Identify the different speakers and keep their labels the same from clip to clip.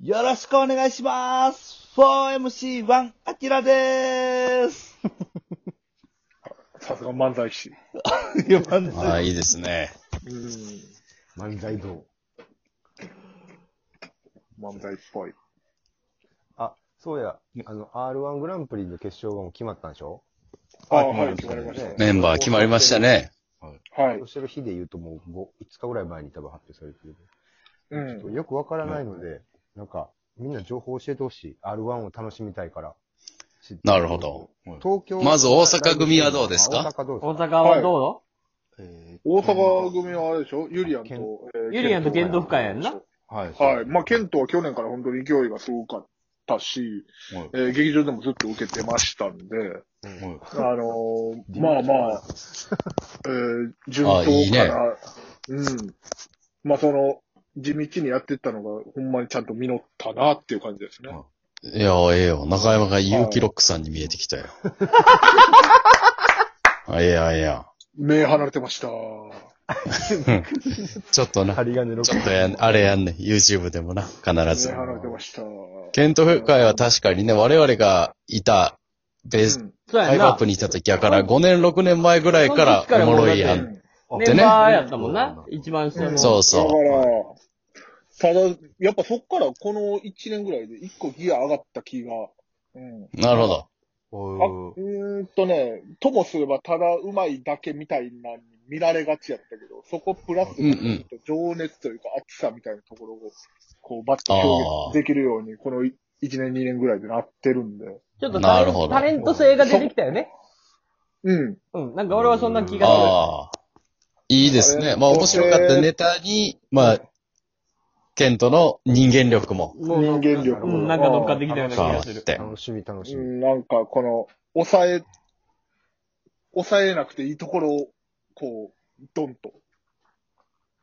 Speaker 1: よろしくお願いします !4MC1 アキラでーす
Speaker 2: さすが漫才師。
Speaker 1: いや、漫才
Speaker 3: ああ、いいですね。
Speaker 2: うん。
Speaker 4: 漫才道。
Speaker 2: 漫才っぽい。
Speaker 4: あ、そうや、あの、R1 グランプリの決勝がもう決まったんでしょ
Speaker 2: ああ、はい、決まりましたね。
Speaker 3: メンバー決まりましたね。
Speaker 2: はい
Speaker 4: そ。してる日で言うともうご5日ぐらい前に多分発表されてる
Speaker 2: う
Speaker 4: けど、
Speaker 2: ん。
Speaker 4: よくわからないので、なんか、みんな情報教えてほしい。R1 を楽しみたいから。知って
Speaker 3: なるほど。
Speaker 4: 東京。
Speaker 3: まず大阪組はどうですか
Speaker 4: あ大阪どう
Speaker 5: 大
Speaker 4: です
Speaker 5: 阪
Speaker 4: か
Speaker 5: はど
Speaker 4: え
Speaker 2: 大阪組はあれでしょユリアンと
Speaker 4: ケン、
Speaker 2: えー
Speaker 5: ユリアンとケントフカヤんな。
Speaker 4: ーはい。
Speaker 2: はい。まあ、ケントは去年から本当に勢いがすごかったし、
Speaker 3: はい
Speaker 2: えー劇場でもずっと受けてましたんで、
Speaker 3: うん
Speaker 2: あのーまあまあ、えー順当
Speaker 3: あいいね
Speaker 2: から、うん。まあ、その、地道にやってったのが、ほんまにちゃんと実ったなっていう感じですね。
Speaker 3: いや、ええよ。中山が結城ロックさんに見えてきたよ。あいやいや。
Speaker 2: 目離れてました。
Speaker 3: ちょっとな。
Speaker 4: 針金ロ
Speaker 3: ちょっとやん、あれやんね。YouTube でもな。必ず
Speaker 2: 目。離れてました。
Speaker 3: ケントフ会は確かにね、我々がいた、ベース、
Speaker 2: ん
Speaker 5: うそう
Speaker 3: タ
Speaker 5: や
Speaker 3: イ
Speaker 5: ん
Speaker 3: ムアッ
Speaker 5: な
Speaker 3: プ。にいた時やから、5年、6年前ぐらいか
Speaker 5: その時からら
Speaker 3: おもろいや。
Speaker 5: もうん
Speaker 4: っ
Speaker 5: メ
Speaker 3: て
Speaker 5: ン
Speaker 3: ね
Speaker 5: バーやったもんな。一番下の。
Speaker 3: そうそう
Speaker 2: だから、ただ、やっぱそっからこの1年ぐらいで1個ギア上がった気が。うん。
Speaker 3: なるほど。
Speaker 2: あ
Speaker 4: お
Speaker 2: うーんとね、ともすればただうまいだけみたいなに見られがちやったけど、そこプラス、
Speaker 3: うんうん
Speaker 2: 情熱というか熱さみたいなところを、こう、バッと表現できるように、この1年2年ぐらいでなってるんで。
Speaker 5: ちょっと
Speaker 3: な
Speaker 5: タ
Speaker 3: る
Speaker 5: レ
Speaker 3: ほど
Speaker 5: タレント性が出てきたよね。
Speaker 2: うん。
Speaker 5: うん。なんか俺はそんな気がする。
Speaker 3: ああ。いいですね。まあ面白かったネタに、まあ、ケントの人間力も
Speaker 5: もう
Speaker 2: 人間力
Speaker 5: う
Speaker 2: も
Speaker 5: ん、なんか乗っかってきたような気
Speaker 3: 変わ
Speaker 5: が
Speaker 3: っ
Speaker 5: する。
Speaker 3: て。
Speaker 4: 楽しみ、楽し
Speaker 2: う
Speaker 4: み。
Speaker 2: ん、なんかこの、抑え、抑えなくていいところを、こう、ドンと、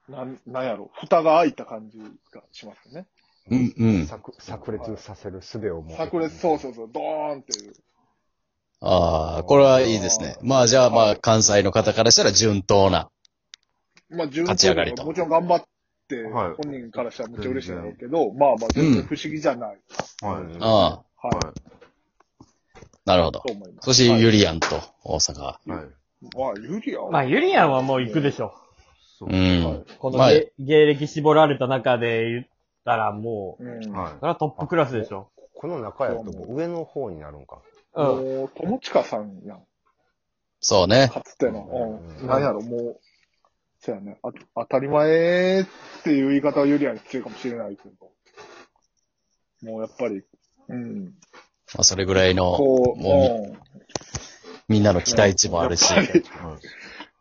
Speaker 2: なん、なんやろ、蓋が開いた感じがしますね。
Speaker 3: うんうん。
Speaker 4: 炸炸裂させる術をもう。
Speaker 2: 炸裂、そうそうそう、ドーンっていう。
Speaker 3: ああ、これはいいですね。まあじゃあまあ関西の方からしたら順当な。
Speaker 2: まあ、順
Speaker 3: 勝ち上がりと
Speaker 2: もちろん頑張って、
Speaker 4: はい
Speaker 2: 本人からしたらめっちゃ嬉しいだろうけど、まあまあ、全然不思議じゃない。
Speaker 4: はい。
Speaker 3: あ
Speaker 2: はい、
Speaker 3: あ、なるほど。
Speaker 2: と思います。
Speaker 3: そしてユリアンと大阪。
Speaker 4: はい。
Speaker 2: まあ、ユリアは、
Speaker 5: まあ、ユリアンはもう行くでしょ。
Speaker 3: う
Speaker 2: は
Speaker 3: ん
Speaker 2: い。
Speaker 5: この
Speaker 3: まあ
Speaker 5: 芸芸歴絞られた中で言ったらもう、
Speaker 2: うん。
Speaker 4: はい
Speaker 5: それはトップクラスでしょ。
Speaker 4: この中やともう上の方になるん か。
Speaker 5: うん。
Speaker 2: もう、友近さんやん。
Speaker 3: そうね。
Speaker 2: かつての。う
Speaker 4: うん
Speaker 2: ん。なんやろ、もう、そうやね。あ当たり前っていう言い方はユリアに強いかもしれないけど。もうやっぱり、うん。
Speaker 3: まあそれぐらいの、
Speaker 2: こう、
Speaker 3: も
Speaker 2: う
Speaker 3: う
Speaker 2: ん。
Speaker 3: みみんなの期待値もあるし。
Speaker 2: やっぱり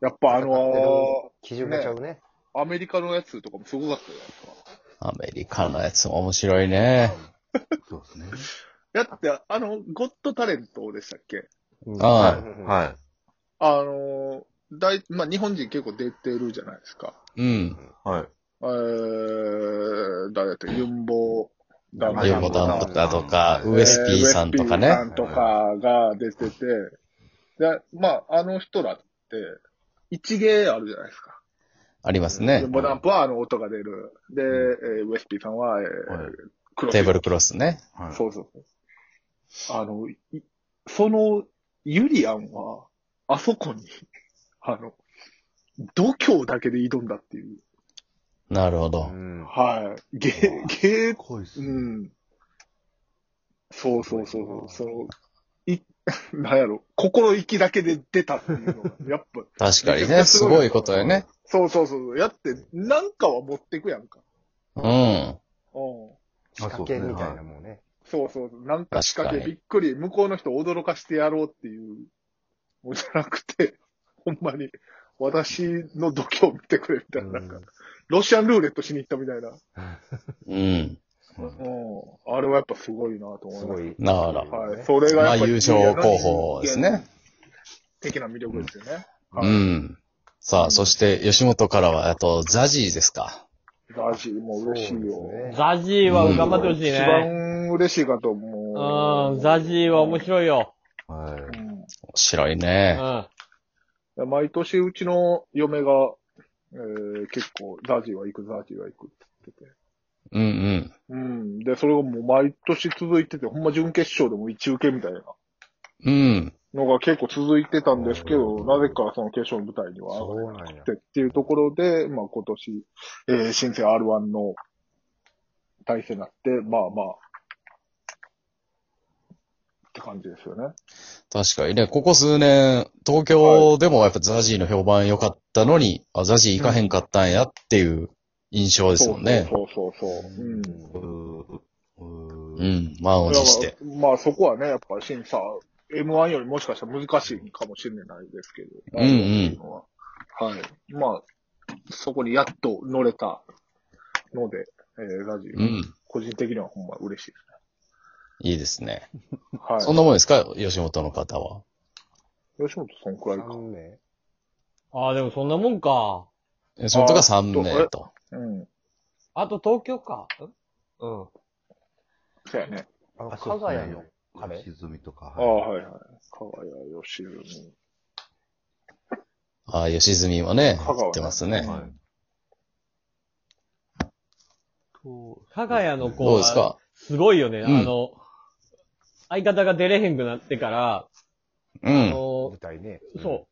Speaker 2: やっぱあの
Speaker 4: 基準がちゃうね。
Speaker 2: ーアメリカのやつとかもすごかったよ。
Speaker 3: アメリカのやつも面白いね。
Speaker 6: そうですね。
Speaker 2: やっぱだって、あの、ゴッドタレントでしたっけ
Speaker 4: うん
Speaker 3: あ
Speaker 4: はい。
Speaker 6: は
Speaker 2: あのー、大、まあ、日本人結構出てるじゃないですか。
Speaker 3: うん。
Speaker 6: い。はい。
Speaker 2: えー、誰だって、ユンボ、ダ
Speaker 3: ユーボダンプだとか、ウエスピーさんとか
Speaker 2: ウ
Speaker 3: ね
Speaker 2: エス。ピーさんとかが出てて、で、まあ、あの人らって、一芸あるじゃないですか。
Speaker 3: あります
Speaker 2: ジ
Speaker 3: ね
Speaker 2: ョン。ボダンプはあの音が出る。で、えーウエスピーさんは、えー
Speaker 6: はい
Speaker 2: クロス。
Speaker 3: テーブルクロスね。
Speaker 6: はい。
Speaker 2: そうそうそう。あの、いその、ユリアンは、あそこに、 あの、度胸だけで挑んだっていう。
Speaker 3: なるほど。
Speaker 4: うん
Speaker 2: はい。芸、芸
Speaker 6: 濃いっす
Speaker 2: う
Speaker 6: ね。
Speaker 2: ん。そうそうそうそう。その、い、 なんやろ、心意気だけで出たっていう のが、やっぱ、
Speaker 3: 確かにね、すごいことよね。
Speaker 2: そうそうそうそう。やって、なんかは持ってくやんか。
Speaker 3: うん。
Speaker 2: うん。
Speaker 4: 仕掛けみたいなもんね。
Speaker 2: そうそうそう。なんか仕掛
Speaker 3: 確
Speaker 2: け
Speaker 3: かに
Speaker 2: びっくり、向こうの人驚かしてやろうっていう、もうじゃなくて、 ほんまに、私の度胸を見てくれみたいな、なんか、ロシアンルーレットしに行ったみたいな。
Speaker 3: うん。
Speaker 2: うん。あれはやっぱすごいなと思い
Speaker 4: す
Speaker 2: ま
Speaker 4: ご
Speaker 2: す。
Speaker 4: い。
Speaker 3: なるほど。
Speaker 2: はい。それが
Speaker 3: ま
Speaker 2: や
Speaker 3: あ
Speaker 2: っぱり、
Speaker 3: 優勝候補ですね。。
Speaker 2: 的な魅力ですよね。は
Speaker 3: う
Speaker 2: い
Speaker 3: ん。さあ、そして吉本からは、あと、ザジーですか。
Speaker 2: ラジも嬉しいよ。
Speaker 4: そうですね
Speaker 5: ザジーは頑張ってほしい
Speaker 2: 一
Speaker 5: ね。
Speaker 2: 番嬉しいかと思う。
Speaker 5: うん、ザジーは面白いよ。
Speaker 6: はい。
Speaker 2: うん
Speaker 3: 面白いうね。
Speaker 5: ん。
Speaker 2: 毎年うちの嫁が、えー結構、ザジーは行く、ザジーは行くって言ってて。
Speaker 3: うんうん。
Speaker 2: うん。で、それがもう毎年続いてて、ほんま準決勝でも一受けみたいな
Speaker 3: うん。
Speaker 2: のが結構続いてたんですけど、なぜかその決勝の舞台には上が
Speaker 4: そうなんや
Speaker 2: っ。てっていうところで、まあ今年、えー、新生 R1 の対戦になって、まあまあ、って感じですよね。
Speaker 3: 確かにね、ここ数年、東京でもやっぱザジーの評判良かったのに、あ、ザジー行かへんかったんやっていう印象ですもんね。
Speaker 2: そうそうそうそう。うん。だか
Speaker 3: うん、満を持して。
Speaker 2: らまあそこはね、やっぱ審査、M1 よりもしかしたら難しいかもしれないですけど。
Speaker 3: うんう
Speaker 2: う
Speaker 3: ん
Speaker 2: ん。はい。まあ、そこにやっと乗れたので、えー、ラジオ、
Speaker 3: うん、
Speaker 2: 個人的にはほんま嬉しいで
Speaker 3: いいですね。
Speaker 2: すね。はい。
Speaker 3: そんなもんですか吉本の方は。
Speaker 2: 吉本さんくらいか。
Speaker 4: 3名
Speaker 5: ああ、でもそんなもんか。
Speaker 3: 吉本が3名と。
Speaker 2: うん。
Speaker 5: あと東京か。うん。
Speaker 2: そうやね。
Speaker 4: あ
Speaker 5: 香川やんの
Speaker 4: そう
Speaker 5: 彼
Speaker 4: ですね沈みとか。
Speaker 2: ああ、
Speaker 4: はい
Speaker 2: はいはい。加賀谷、吉住。
Speaker 3: ああ、吉住はね、
Speaker 2: 香川ね
Speaker 3: 言ってますね。
Speaker 4: はい
Speaker 5: 加賀谷の子
Speaker 3: どうです
Speaker 5: は
Speaker 3: か、
Speaker 5: すごいよね。
Speaker 3: ん
Speaker 5: あの、相方が出れへんくなってから、
Speaker 3: う
Speaker 5: あ
Speaker 3: ん。
Speaker 5: の
Speaker 4: 舞、台ね。
Speaker 5: そ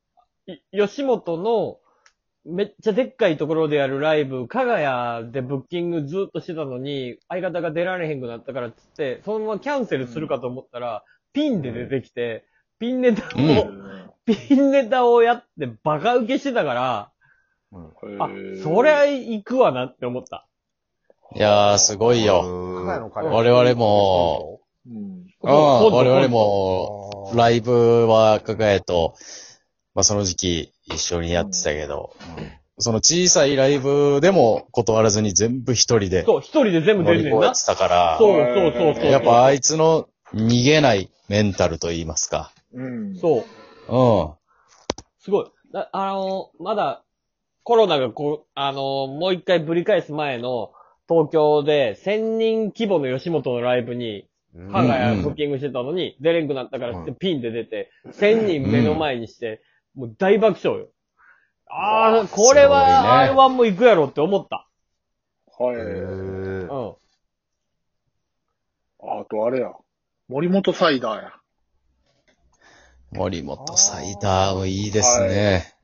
Speaker 5: う。い吉本の、めっちゃでっかいところでやるライブ、加賀谷でブッキングずっとしてたのに、相方が出られへんくなったからっつって、そのままキャンセルするかと思ったら、ピンで出てきて、ピンネタを、
Speaker 2: う
Speaker 3: う
Speaker 2: んん。
Speaker 5: ピンネタをやってバカ受けしてたから、あ、そりゃ行くわなって思った。
Speaker 3: いやー、すごいよ。
Speaker 4: 香川の彼
Speaker 3: 我々も、
Speaker 2: うん。
Speaker 3: うん、
Speaker 5: 今度
Speaker 3: 我々。
Speaker 4: あ
Speaker 3: も、
Speaker 4: ー
Speaker 3: ライブは加賀屋と、まあその時期一緒にやってたけど、その小さいライブでも断らずに全部一人で
Speaker 5: そう、一人で全部
Speaker 3: 乗
Speaker 5: 出
Speaker 3: り
Speaker 5: るね
Speaker 3: 越
Speaker 5: ん
Speaker 3: え
Speaker 5: な。
Speaker 3: てたから、
Speaker 5: そうそうそうそう。
Speaker 3: やっぱあいつの逃げないメンタルと言いますか。
Speaker 2: うん。
Speaker 5: そう。
Speaker 3: うん。
Speaker 5: すごい。だあのーまだ、コロナがこう、あのーもう一回ぶり返す前の、東京で1000人規模の吉本のライブに、
Speaker 4: うん
Speaker 5: ハガ
Speaker 3: うん
Speaker 5: ヤ
Speaker 3: うん
Speaker 5: ブッキングしてたのに、出れんくなったからって
Speaker 4: う
Speaker 5: ピンで出て、1000人目の前にして、もう大爆笑よ。ああ、これは
Speaker 3: すご
Speaker 5: R1 も行くやろって思った。
Speaker 2: はい。
Speaker 5: う
Speaker 4: へー
Speaker 5: ん。
Speaker 2: あとあれや。森本サイダーや。
Speaker 3: 森本サイダーもいいですね。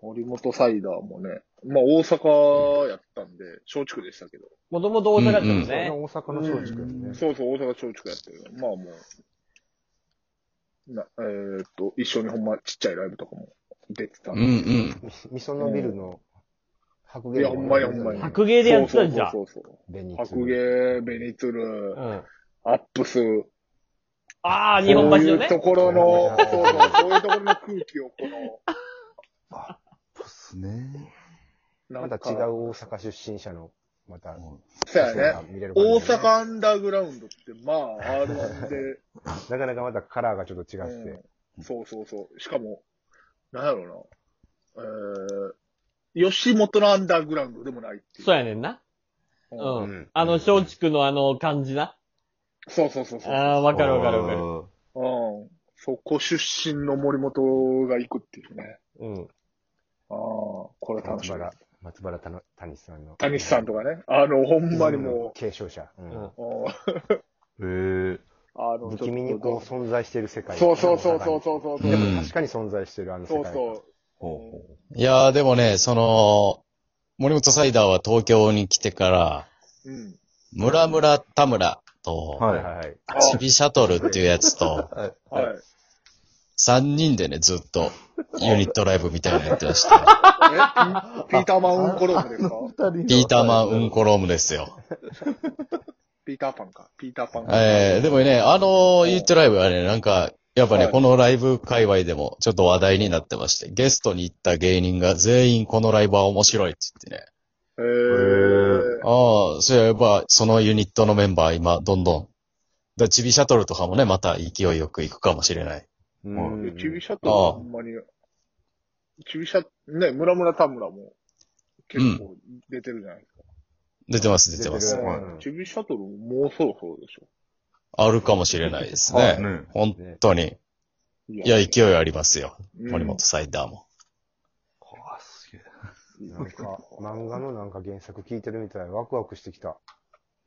Speaker 2: 森本サイダーもね。まあ大阪やったんで、松竹でしたけど。
Speaker 5: もともと大阪だったもん
Speaker 4: それが
Speaker 5: ね。
Speaker 4: 大阪の松竹やんね。
Speaker 2: そうそう、大阪松竹やったけど。まあもう。な、えーっと、一緒にほんまちっちゃいライブとかも出てた
Speaker 3: うんん
Speaker 2: で
Speaker 3: うん。
Speaker 4: みそのビルの白
Speaker 2: いや、ほんまやほんまや。
Speaker 5: 白芸でやってたんじゃん
Speaker 2: そうそうそう
Speaker 4: 紅
Speaker 2: そう。
Speaker 4: 鶴
Speaker 2: 白芸、ベニツル
Speaker 5: う、ん。
Speaker 2: アップス。
Speaker 5: ああ、日本橋のね
Speaker 2: そういうと。ころの、
Speaker 4: うん
Speaker 2: そうそうそういうところの空気をこ
Speaker 6: ですね。
Speaker 2: の、な
Speaker 4: ま
Speaker 2: ん
Speaker 4: た
Speaker 2: か
Speaker 4: 違う大阪出身者の、また、
Speaker 2: そうやね。
Speaker 4: 見れる感じ
Speaker 2: 大
Speaker 4: ね
Speaker 2: 阪アンダーグラウンドって、まあ、R1 で、
Speaker 4: なかなかまたカラーがちょっと違
Speaker 2: う
Speaker 4: って。
Speaker 2: ん、そうそうそう。しかも、なんやろうな。えー、吉本のアンダーグラウンドでもないっていう。
Speaker 5: そうやねんな。
Speaker 2: う
Speaker 5: うんん。あの、松竹のあの感じな。
Speaker 2: そうそうそうそう。
Speaker 5: ああー、わかるわかるわかる。
Speaker 2: うん。そこ出身の森本が行くっていうね。
Speaker 5: うん。
Speaker 2: ああ、これ楽
Speaker 4: 松
Speaker 2: しみ。
Speaker 4: 原、松原たの谷さんの。
Speaker 2: 谷さんとかね。あの、ほんまに
Speaker 4: うん
Speaker 2: も
Speaker 4: 継承者。うん
Speaker 5: うん
Speaker 2: う、うん
Speaker 6: へえ。
Speaker 2: あの、
Speaker 4: 不気味にこう存在してる世界。
Speaker 2: そうそうそうそうそうそうそう。
Speaker 3: う
Speaker 4: で
Speaker 3: ん
Speaker 4: も確かに存在してるあの世
Speaker 2: そう
Speaker 4: 界。
Speaker 2: そう。
Speaker 6: ほ
Speaker 3: いやーでもね、その、森本サイダーは東京に来てから、
Speaker 2: うん。
Speaker 3: 村村田村
Speaker 6: う
Speaker 3: と、
Speaker 6: は
Speaker 4: はい
Speaker 6: い。
Speaker 4: はいはい。
Speaker 3: チビシャトルっていうやつと、
Speaker 2: はい。
Speaker 3: 3人でね、ずっとユニットライブみたいなのやってました。
Speaker 2: えピピーターマンウンコロームですか
Speaker 3: ピーターマン・ウンコロームですよ。
Speaker 2: ピーターパンか。ピーターパン。
Speaker 3: えー、でもね、あのユニットライブはね、なんか、やっぱね、
Speaker 2: はい
Speaker 3: このライブ界隈でもちょっと話題になってまして、ゲストに行った芸人が全員このライブは面白いって言ってね。
Speaker 2: えー
Speaker 3: ああ、そういえば、そのユニットのメンバー今、どんどん。だチビシャトルとかもね、また勢いよく行くかもしれない。
Speaker 4: う
Speaker 2: え
Speaker 4: ん
Speaker 2: チビシャットほんまに、チビシャット、ね、村村田村も結構出てるじゃないですか。
Speaker 3: 出てます、出てます
Speaker 4: 出。てるうん
Speaker 2: うんチビシャトルももうそろそろでしょ。
Speaker 3: あるかもしれないです
Speaker 6: はい
Speaker 3: ね。
Speaker 6: ね。
Speaker 3: 本当に。いや、勢いありますよ。
Speaker 2: うん
Speaker 3: 森本サイダーも。
Speaker 6: あ、すげえ。
Speaker 4: なんか、漫画のなんか原作聞いてるみたい。ワクワクしてきた。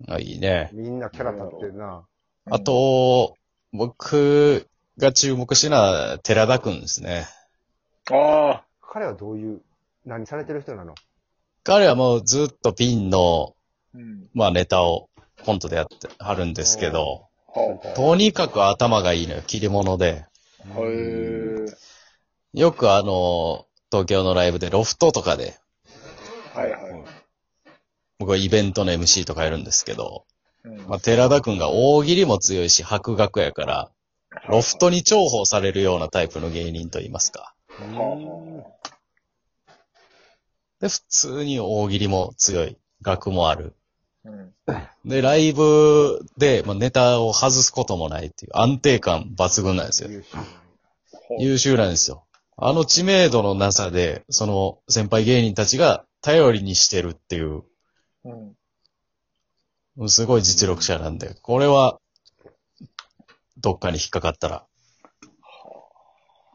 Speaker 3: あ、いいね。
Speaker 4: みんなキャラ立ってるな。
Speaker 3: あと、僕が注目してるのは、寺田くんですね。
Speaker 2: ああ、
Speaker 4: 彼はどういう、何されてる人なの
Speaker 3: 彼はもうずっとピンの、
Speaker 2: うん。
Speaker 3: まあネタをコントでやってはるんですけど、
Speaker 2: は
Speaker 3: とにかく頭がいいのよ、切り物で。
Speaker 2: あ、へえ。
Speaker 3: よくあの、東京のライブでロフトとかで、
Speaker 2: はいはい。
Speaker 3: 僕はイベントの MC とかやるんですけど、
Speaker 2: うん
Speaker 3: まあ、寺田くんが大喜利も強いし、博学やから、ロフトに重宝されるようなタイプの芸人といいますか。
Speaker 2: は
Speaker 3: で、普通に大喜利も強い。学もある。
Speaker 2: あうん
Speaker 3: で、ライブで、まあ、ネタを外すこともないっていう安定感抜群なんですよ。
Speaker 4: 優秀。
Speaker 3: 優秀なんですよ。あの知名度のなさで、その先輩芸人たちが頼りにしてるっていう、
Speaker 2: うん。
Speaker 3: すごい実力者なんで、これは、どっかに引っかかったら、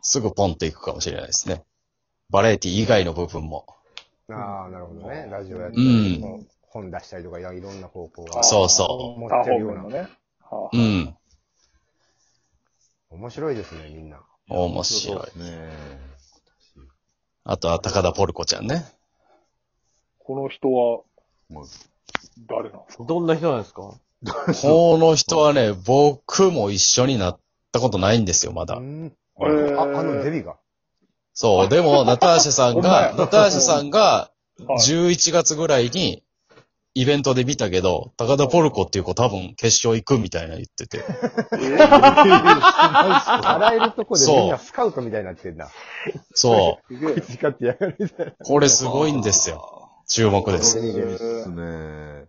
Speaker 3: すぐポンっていくかもしれないですね。バラエティ以外の部分も。
Speaker 4: ああ、なるほどね。ラジオやった
Speaker 3: う
Speaker 4: り
Speaker 3: ん
Speaker 4: とか、本出したりとか、いやいろんな方向
Speaker 2: あ
Speaker 4: が
Speaker 2: ー
Speaker 3: そうそ
Speaker 4: 持
Speaker 2: 他
Speaker 4: って
Speaker 2: 方
Speaker 4: るよう
Speaker 2: 面の
Speaker 4: な。
Speaker 2: ね。は
Speaker 3: う。うん。
Speaker 4: 面白いですね、みんな。
Speaker 3: 面白い。
Speaker 6: そうですね。
Speaker 3: あとは高田ポルコちゃんね。
Speaker 2: この人は
Speaker 6: もう
Speaker 2: 誰なんですか
Speaker 5: どんな人なんですか
Speaker 3: この人はね、僕も一緒になったことないんですよ、まだ
Speaker 4: う。ん
Speaker 2: え
Speaker 4: あ、
Speaker 2: ー
Speaker 4: あのデビ が。
Speaker 3: そう、でも、ナターシャさん
Speaker 2: ほんまや
Speaker 3: が、ナターシャさんが、
Speaker 2: はい
Speaker 3: 11月ぐらいに、イベントで見たけど、高田ポルコっていう子多分決勝行くみたいな言ってて。
Speaker 4: あらゆるとこでみんなスカウトみたいになってんだ。
Speaker 3: そ
Speaker 2: すげえ。
Speaker 4: 時間ってやがるみたいな。
Speaker 3: う。これすごいんですよ。注目です。
Speaker 6: そうですね。